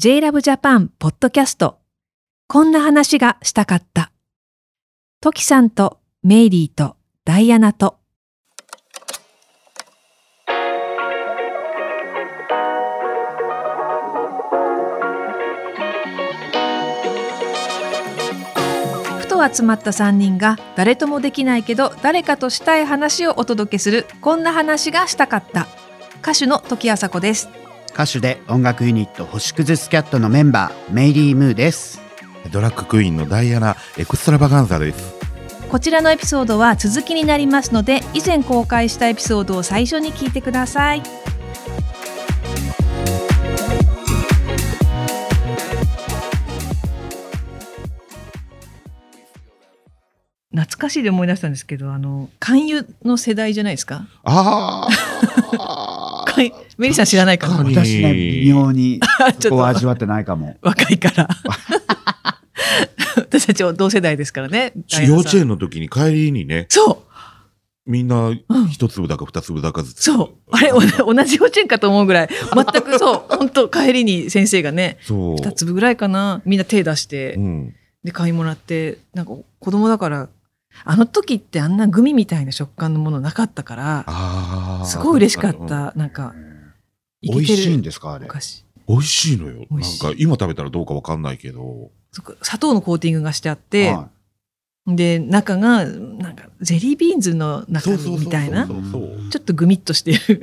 JLove Japan ポッドキャスト。こんな話がしたかった。トキさんとメイリーとダイアナとふと集まった3人が誰ともできないけど誰かとしたい話をお届けするこんな話がしたかった歌手の時あさこです歌手で音楽ユニット星屑スキャットのメンバーメイリー・ムーですドラッグクイーンのダイアナ・エクストラバガンザです。こちらのエピソードは続きになりますので以前公開したエピソードを最初に聞いてください懐かしいで思い出したんですけどあの勧誘の世代じゃないですかあ あ勧誘メリーさん知らないか確な かに私ね微妙にちそょこっはと味わってないかも若いから 私たちは同世代ですからねダイア ナさ幼ん稚園の時に帰りにね、そうみんなうん一粒だか二粒だかずつ。そう。あれ、お 同じ幼稚園かと思うぐらい。全くそう。 本当帰りに先生がね、そう。 2粒ぐらいかな。みんな手出して、うん。で、買いもらって、なんか子供だから、あの時ってあんなグミみたいな食感のものなかったから、ああ。すごい嬉しかっうん。た。なんか、美味しいんだですかあおれ菓子。美味しいのよ。美なん味しいか今食べたらどうかわかんないけど。そっか砂糖のコーティングがしてあって、はで、中が、なんか、ゼリービーンズの中そうそうそう身そうみたいなそ。うそう。ちょっとグミっとしてる。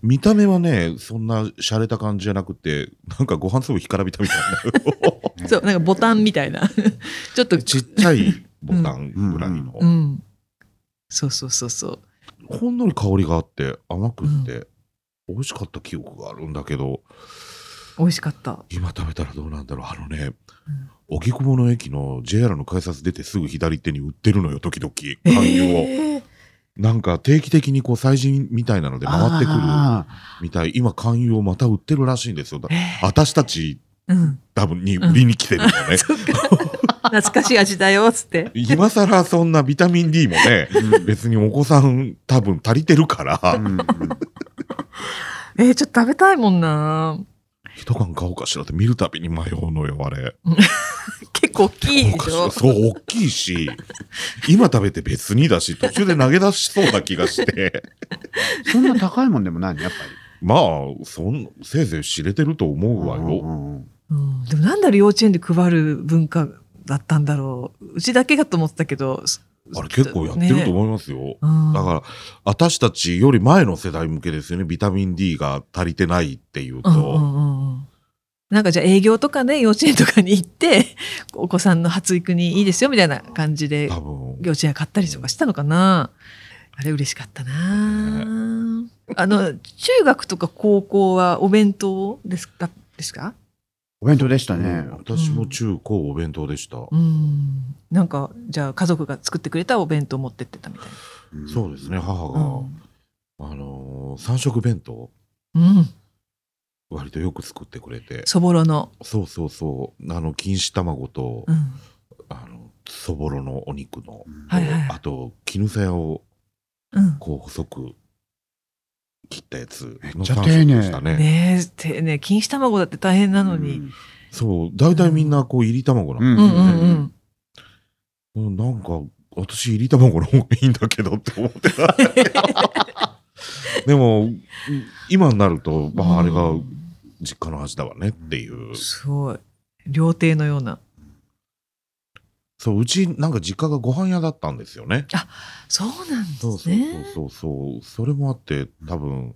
見た目はね、そんな洒落た感じじゃなくて、なんかご飯粒干からびたみたい な。そう、なんかボタンみたいな。 ちょっと、ちっちゃいボタンぐらいの。うん。そうそうそうそう。ほんのり香りがあって甘くって、美味しかった記憶があるんだけど美味しかった。今食べたらどうなんだろうあのね荻窪の駅の JR の改札出てすぐ左手に売ってるのよ時々勧誘を、えーなんか定期的にこう催事みたいなので回ってくるあみたい今勧誘をまた売ってるらしいんですよだえー私たちうん、多分に売りに来てるのね、懐かしい味だよっつって。今更そんなビタミン D もねーうん別にお子さん多分足りてるから、うんえー、ちょっと食べたいもんな。一缶買おうかしらって見るたびに迷うのよあれ。結構大きいでしそょう。そう、大きいし、今食べて別にだし、途中で投げ出しそうな気がして、 そんな高いもんでもないねやっぱまあ、そん、せいぜい知れてると思りうわよ。ようん、でもなんだろう幼稚園で配る文化だったんだろう。うちだけかと思ってたけど。あれ結構やってるとう。ね思いますよ。うん、だから、私たちより前の世代向けですよね、ビタミン D が足りてないっていうと。うんうんうんうんなんかじゃあ営業とかね、幼稚園とかに行って、お子さんの発育にいいですよみたいな感じで、多分、幼稚園買ったりとかしたのかなあれ嬉しかったな、 あの中学とか高校はお弁当ですかですかお弁当でしたうねん私も中高お弁当でした。うんなんかじゃあ家族が作ってくれたお弁当持ってってたみたいそうですね、な、母が、あのー、三色弁当、うんうん割とよく作ってくれて、そぼろの、そうそうそう、あの、錦糸卵と、うん、あの、そぼろのお肉の、はいはいあと、絹さやをうんこう細く切ったやつめっのちゃ三丁寧色でしたね。ねえてね錦糸卵だって大変ななのに、そう、大体みんなこう、いり卵なううんの、ん、うんうんうんなんか、私、いり卵の方がいいんだけどって思ってた。でも、今になると、まあ、あれが実家の味だわねっていう。すごい料亭のようなそう、うち、なんか実家がご飯屋だったんですよね。そうなんですねそうそうそうそう、それもあって多分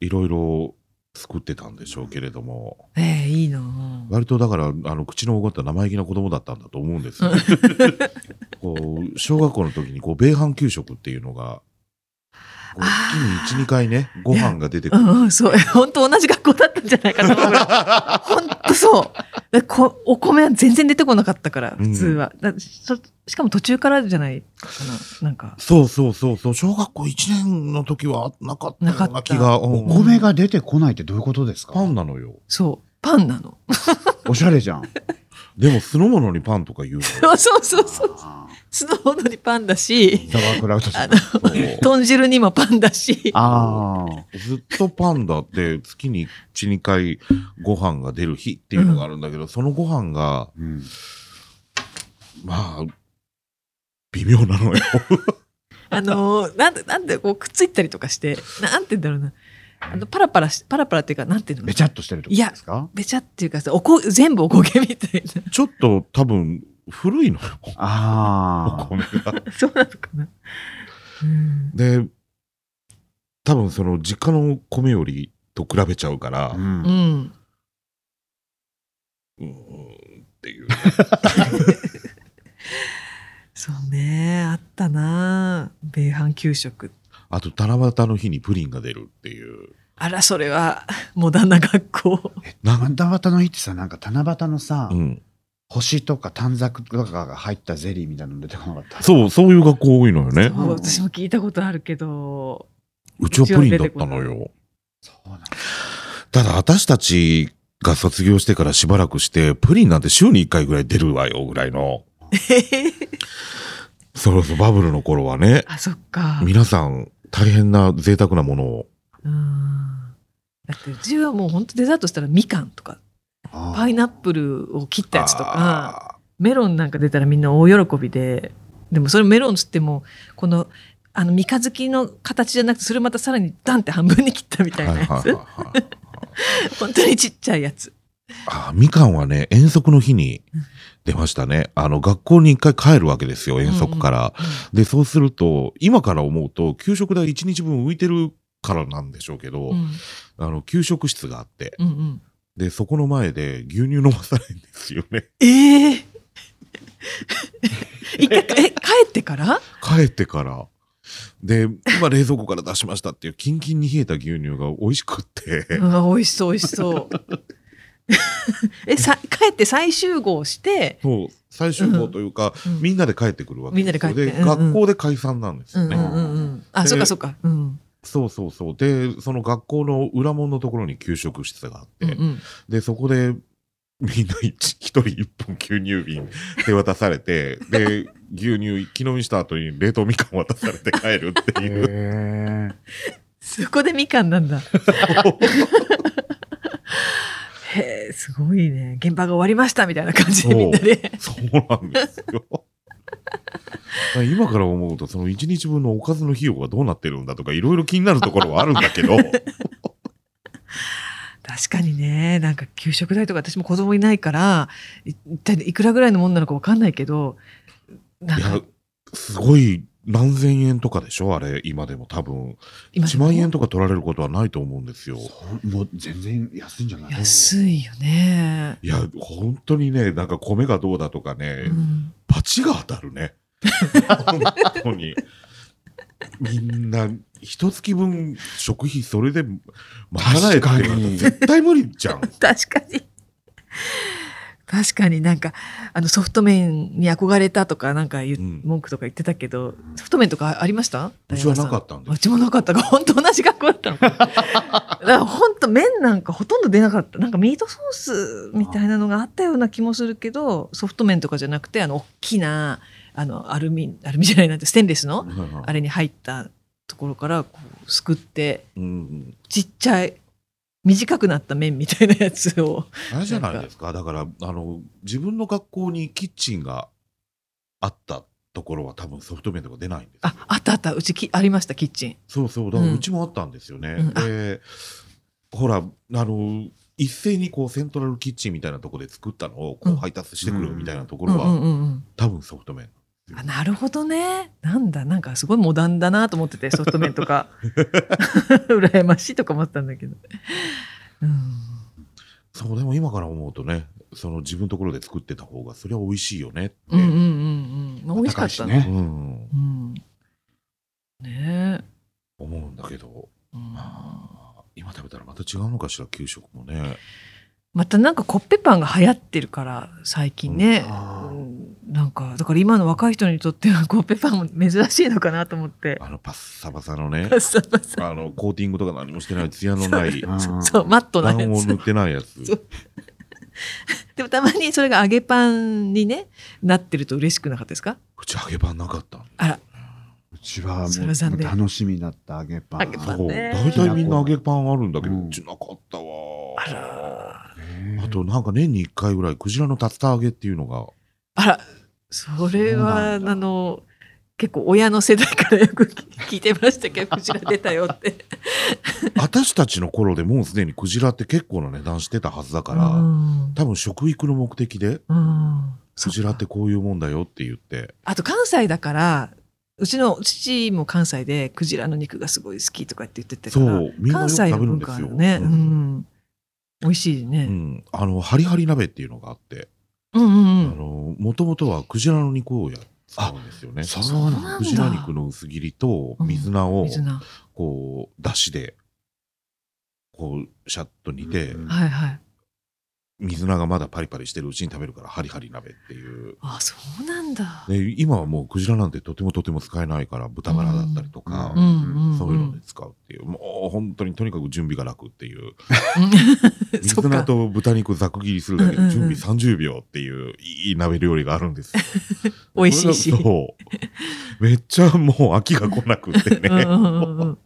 いろいろ作ってたんでしょうけれどもええいいなあ割とだからあの口の動った生意気な子供だったんだと思うんですよ。こう小学校の時にこう米飯給食っていうのがこうあー月に12回ねご飯が出てくうる。んうん、そう。本当同じ学校だったんじゃないかな。本当そう。でこお米は全然出てこなかったから、うん普通は。だそしかも途中からじゃないかな。なんか。そうそうそうそう小学校1年の時はなかったような気がうんお米が出てこないってどういうことですかパンなのよそう。パンなの。 おしゃれじゃんでも酢の物にパンとか言うのよそうそうそう。あ酢の物にパンだし、ザワークラウトじゃあない豚汁にもパンだし、ああ。ずっとパンダって月に1、2回ご飯が出る日っていうのがあるんだけど、そのご飯が、うん。まあ、微妙なのよ。あのー、なんで、なんでこうくっついたりとかして、なんて言うんだろうな。あの、パラパラし、パラパラっていうか、なんていうのべちゃっとしてるってことですかべちゃっていうかさ、おこ、全部おこげみたいちょっと多分、古いのよ。おああ。米が。な。そうなのかな。うん。で、多分その実家の米よりと比べちゃうからう、。うんん。うーんっていう。そうね、あったなあ米飯給食。あと、七夕の日にプリンが出るっていう。あら、それは、 モダンな学校。な七夕の日ってさ、なんか七夕のさ、うん。星とか短冊とかが入ったゼリーみたいなの出てこなかった。そう、そういう学校多いのよね。そう私も聞いたことあるけど。うちはプリンだったのよ。そうなんだただ私たちが卒業してからしばらくして、プリンなんて週に1回ぐらい出るわよぐらいの、そろそろバブルの頃はね、あ、そっか。皆さん大変な贅沢なものを、うん。だって、うちはもう本当デザートしたらみかんとか、あパイナップルを切ったやつとか、メロンなんか出たらみんな大喜びで、でもそれメロンつっても、この、あの、三日月の形じゃなくて、それまたさらにダンって半分に切ったみあたーいなはいやつ。はいはいはい。 本当にちっちゃいやつ。あーみかんはね、遠足の日に出ましたね。あの、学校に一回帰るわけですよ、遠足から。で、そうすると、今から思うと、給食代1日分浮いてるからなんでしょうけど、うん。あの、給食室があって、うんうん。で、そこの前で牛乳飲まされるんですよね。ええ一回、え、帰ってから帰ってから。で、今冷蔵庫から出しましたっていう、キンキンに冷えた牛乳が美味しくって、うん、美味しそう、美味しそう。 え、さ、帰って再集合して、そう、最終号というか、うんみんなで帰ってくるわけでみすよんなで帰ってで、うんうん学校で解散なんですうんうんよね。うんうん。あ、でそっかそっか。うん。そうそうそう。で、その学校の裏門のところに給食室があって、うんうん。で、そこで、みんな一一人一本牛乳瓶 手渡されて、で、牛乳一気飲みした後に冷凍みかん渡されて帰るってへいう。え。そこでみかんなん だ。へえ、すごいね。現場が終わりましたみたいな感じでそうみんなで。そうなんですよ。だから今から思うと、その1日分のおかずの費用がどうなってるんだとか、いろいろ気になるところはあるんだ けど、確かにね、なんか給食代とか私も子供いないから、い一体いくらぐらいのもんなのかわかんないけど、ないんやか、すごい何千円とかでしょあれ、今でも多分。今で1も万円とか取られることはないと思うんですよ。そうもう全然安いんじゃない安いよね。いや、本当にね、なんか米がどうだとかね、うんバチが当たるね。本当に。みんな、一月分食費それで賄えって確かに絶対無理 じゃん。確かに。確かになんか、あのソフト麺に憧れたとかなんか言ううん文句とか言ってたけど、ソフト麺とかありましたうちはな田か山ったんさんでうす。ちもなか ったから、本当同じ学校だったのか。だから本当麺なんかほとんど出なかった。なんかミートソースみたいなのがあったような気もするけど、ソフト麺とかじゃなくて、あの、大きな、あの、アルミ、アルミじゃないなんて、ステンレスの、はいはいあれに入ったところから、こう、すくって、うん、ちっちゃい、短くなった麺みたいなやつを、あれじゃないですかだからあの自分の学校にキッチンがあったところは多分ソフト麺とか出ないんです あ、あったあった。うちきありました、キッチン。そうそうだからうんうちもあったんですよね、うんあでほらあの一斉にこうセントラルキッチンみたいなところで作ったのをこううん配達してくるみたいなとこうろんは、うんうんうん。多分ソフト麺あなるほどね。なんだ、なんかすごいモダンだなと思ってて、ソフト麺とか。羨ましいとか思ったんだけど。うん。そうでも今から思うとねその自分のところで作ってた方がそれは美味しいよねって、うんうんうんうん。まあ、美味しかった高いしね。ねうんうん。ねえ。思うんだけどうんまあ今食べたらまた違うのかしら給食もねまたなんかコッペパンが流行ってるから最近ね、あーうんなんかだから今の若い人にとってはコッペパンも珍しいのかなと思ってあのパッサパサのねパッサパサあの、コーティングとか何もしてない、ツヤのない、うんそうマットな卵や黄つ塗ってないやつそう。でもたまにそれが揚げパンにねなってると嬉しくなかったですかうち揚げパンなかった。あらうちはもそれは残う念楽しみだった揚げパン揚げパンそう。ね大体みんな揚げパンあるんだけど、うんうちなかったわ。あらねあとなんか年に一回ぐらいクジラの竜田揚げっていう のがあらそれはそうなんだあの結構親の世代からよく聞いてましたけどこちら出たよ って私たちの頃でもうすでにクジラって結構な値段してたはずだから、うん多分食育の目的でうんクジラってこういうもんだよって言ってあと関西だからうちの父も関西でクジラの肉がすごい好きとかって言ってたかそらうみんなよ関く西食の文べるんで化あすよるね、ううんん美味しいうね、んあのハリハリ鍋っていうのがあってうん、うんうあんのもともとはクジラの肉をや使うんですよねそそううなんだクジラ肉の薄切りと水菜を水菜こうだしでこうシャッと煮てうんはいはい水菜がまだパリパリしてるうちに食べるからハリハリ鍋っていうあそうなんだ、で今はもうクジラなんてとてもとても使えないから豚バラだったりとか、うんうんうん、そういうので使うっていう、もう本当にとにかく準備が楽っていううんそ水っ菜かと豚肉ざく切りするだけうんでうんう準ん備30秒っていういい鍋料理があるんですよ 美味しいしそれがそうめっちゃもう飽きが来な くってね、うんうんうんうん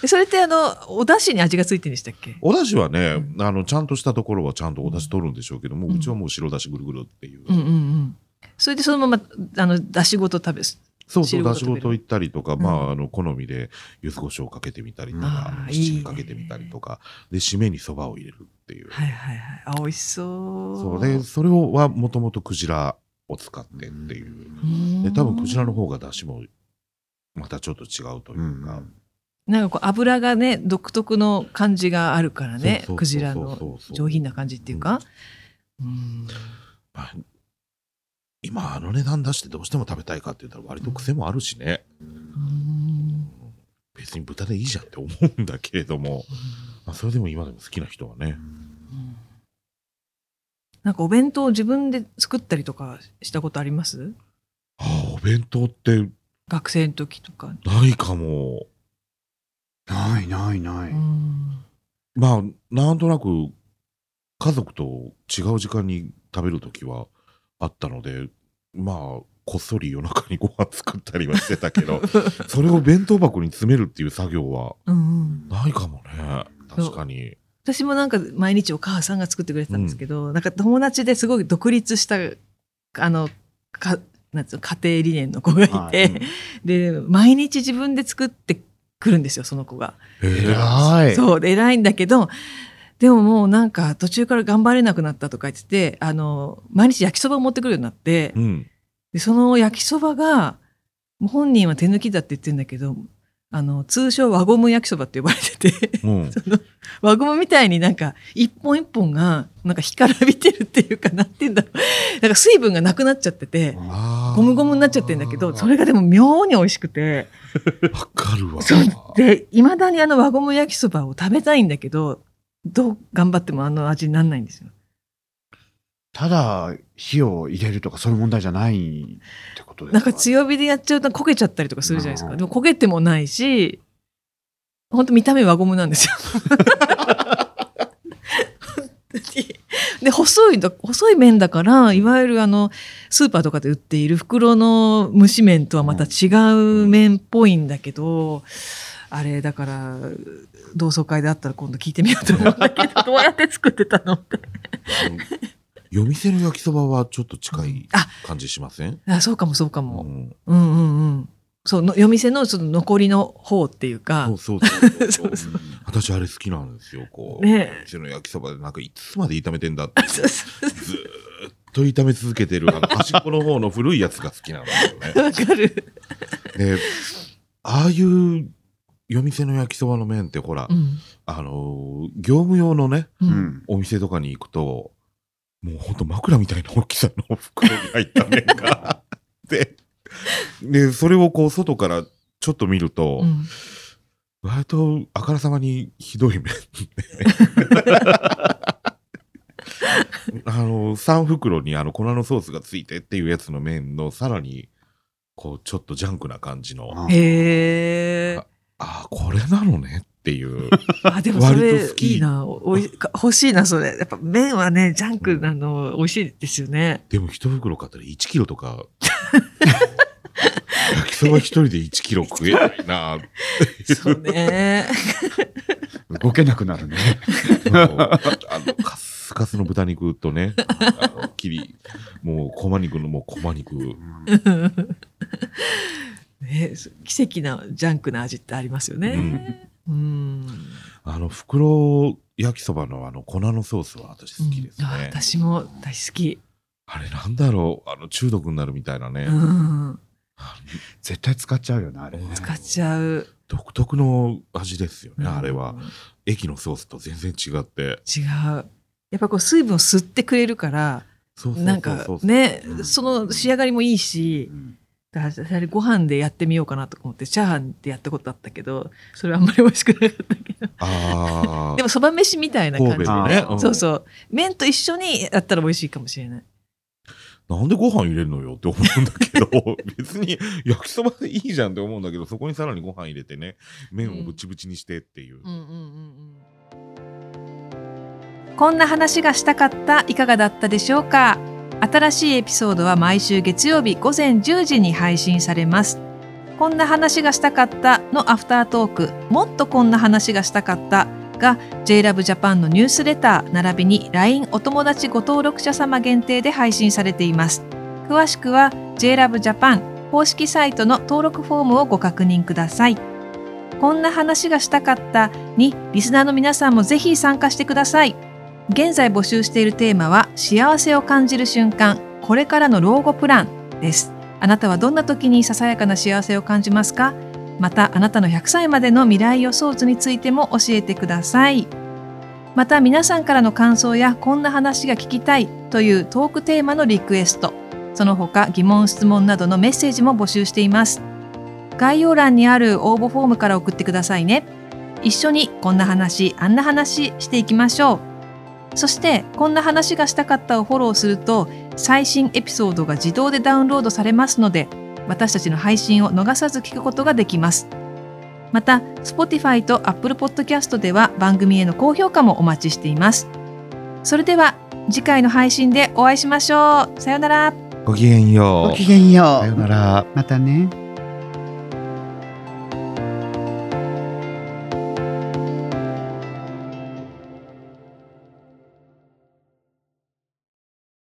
でそれってあのお出汁に味がついてるんでしたっけお出汁はねう、あの、ちゃんとしたところはちゃんとお出汁取るんでしょうけども、ううんちはもう白だしぐるぐるっていう。うんうんうんそれでそのままあの出汁ごと食べすそうそ汁う、ご出と汁ごといったりとか、んまあ、あの、好みで、柚子胡椒かけてみたりとあか、ー七味かけてみたりとか、で、締めにそばを入れるっていう。はいはいはいあ美味しそうそうで、それをはもともとクジラを使ってっていう。うんで、多分クジラの方が出汁も、またちょっと違うというか。なんかこう油がね独特の感じがあるからねそうそうそうそうクジラの上品な感じっていうか、うんまあ今、あの値段出してどうしても食べたいかって言ったら、割と癖もあるしね。うん別に豚でいいじゃんって思うんだけれども。まあ、それでも今でも好きな人はね。うんなんかお弁当を自分で作ったりとかしたことありますああ、お弁当って学生の時とか、ないかも。ないないない、うんまあ、なんとなく、家族と違う時間に食べるときはあったので、まあ、こっそり夜中にご飯作ったりはしてたけど、それを弁当箱に詰めるっていう作業はうんうんないかもね。確かに。私もなんか毎日お母さんが作ってくれてたんですけど、なんか友達ですごい独立したあのかなんつうの家庭理念の子がいて、はいうん で毎日自分で作ってくるんですよその子が。え偉いそうで偉いんだけどでももうなんか途中から頑張れなくなったとか言っててあの毎日焼きそばを持ってくるようになってうん。でその焼きそばがもう本人は手抜きだって言ってるんだけどあの通称輪ゴム焼きそばって呼ばれてて。 うん。その輪ゴムみたいになんか一本一本がなんか干からびてるっていうかなんて言うんだろうなんか水分がなくなっちゃっててあーゴムゴムになっちゃってんだけどそれがでも妙に美味しくてわかるわ。そうでいまだにあの輪ゴム焼きそばを食べたいんだけどどう頑張ってもあの味にならないんですよ。ただ火を入れるとかそういう問題じゃないってことですなんか強火でやっちゃうと焦げちゃったりとかするじゃないですうか。んでも焦げてもないし、本当見た目輪ゴムなんです よ。本当にで細いだ細い麺だからいわゆるあのスーパーとかで売っている袋の蒸し麺とはまた違う麺っぽいんだけど、あれだから同窓会であったら今度聞いてみようと思うんだけどどうやって作ってたのって夜店の焼きそばはちょっと近いあ感じしませんあそうかもそうかうも、ん。うん、うんうんそうの夜店のその残りの方っていうかそうそうそう そうう私あれ好きなんですよこう、ねえうちの焼きそばでなんかいつまで炒めてんだってずそーうっそうそと炒め続けてるあの端っこの方の古いやつが好きなんです よねう。わかる。でああいう夜店の焼きそばの麺ってほら、うん。あのー業務用のねう。うんんお店とかに行くともうほんと枕みたいな大きさの袋に入った麺がででそれをこう外からちょっと見ると、うん割とあからさまにひどい面で あの3袋にあの粉のソースがついてっていうやつの麺のさらにこうちょっとジャンクな感じのああへえ。あーこれなのねっっていう。あでもそ割れと好きいいなおいか欲しいなそれやっぱ麺はねジャンクなの美味しいですよねでも一袋買ったら1キロとか。焼きそば一人で1キロ食えないなってそうね動けなくなるね。もうあのカッスカスの豚肉とね、あの切り、もう、こま肉のもう、こま肉。ねそう奇跡なジャンクな味ってありますよねうんあの、袋焼きそばのあの、粉のソースは私好きですうんあね。私も大好き、あれなんだろう、あの、中毒になるみたいなね。うん、絶対使っちゃうよな、あれね。使っちゃう、独特の味ですよね、あれうはん。駅のソースと全然違って。違うやっぱこう水分を吸ってくれるからそうそうそうそうなんかねうんその仕上がりもいいしうんだから私あれご飯でやってみようかなと思ってチャーハンってやったことあったけどそれはあんまり美味しくなかったけどああ。でもそば飯みたいな感じ神戸のね。んそうそう麺と一緒にやったら美味しいかもしれないなんでご飯入れるのよって思うんだけど、 別に焼きそばでいいじゃんって思うんだけど、そこにさらにご飯入れてね、麺をぶちぶちにしてっていう。うんうんうんうんこんな話がしたかったいかがだったでしょうか新しいエピソードは毎週月曜日午前10時に配信されますこんな話がしたかったのアフタートークもっとこんな話がしたかったが j l o v e j a p a n のニュースレター並びに LINE お友達ご登録者様限定で配信されています詳しくは j l o v e j a p a n 公式サイトの登録フォームをご確認くださいこんな話がしたかったにリスナーの皆さんもぜひ参加してください現在募集しているテーマは幸せを感じる瞬間これからの老後プランですあなたはどんな時にささやかな幸せを感じますかまたあなたの100歳までの未来予想図についても教えてくださいまた皆さんからの感想やこんな話が聞きたいというトークテーマのリクエストその他疑問質問などのメッセージも募集しています概要欄にある応募フォームから送ってくださいね一緒にこんな話あんな話していきましょうそしてこんな話がしたかったをフォローすると最新エピソードが自動でダウンロードされますので私たちの配信を逃さず聞くことができますまた Spotify と Apple Podcast では番組への高評価もお待ちしていますそれでは次回の配信でお会いしましょうさようならごきげんよごきげんよさよう。なら。またね。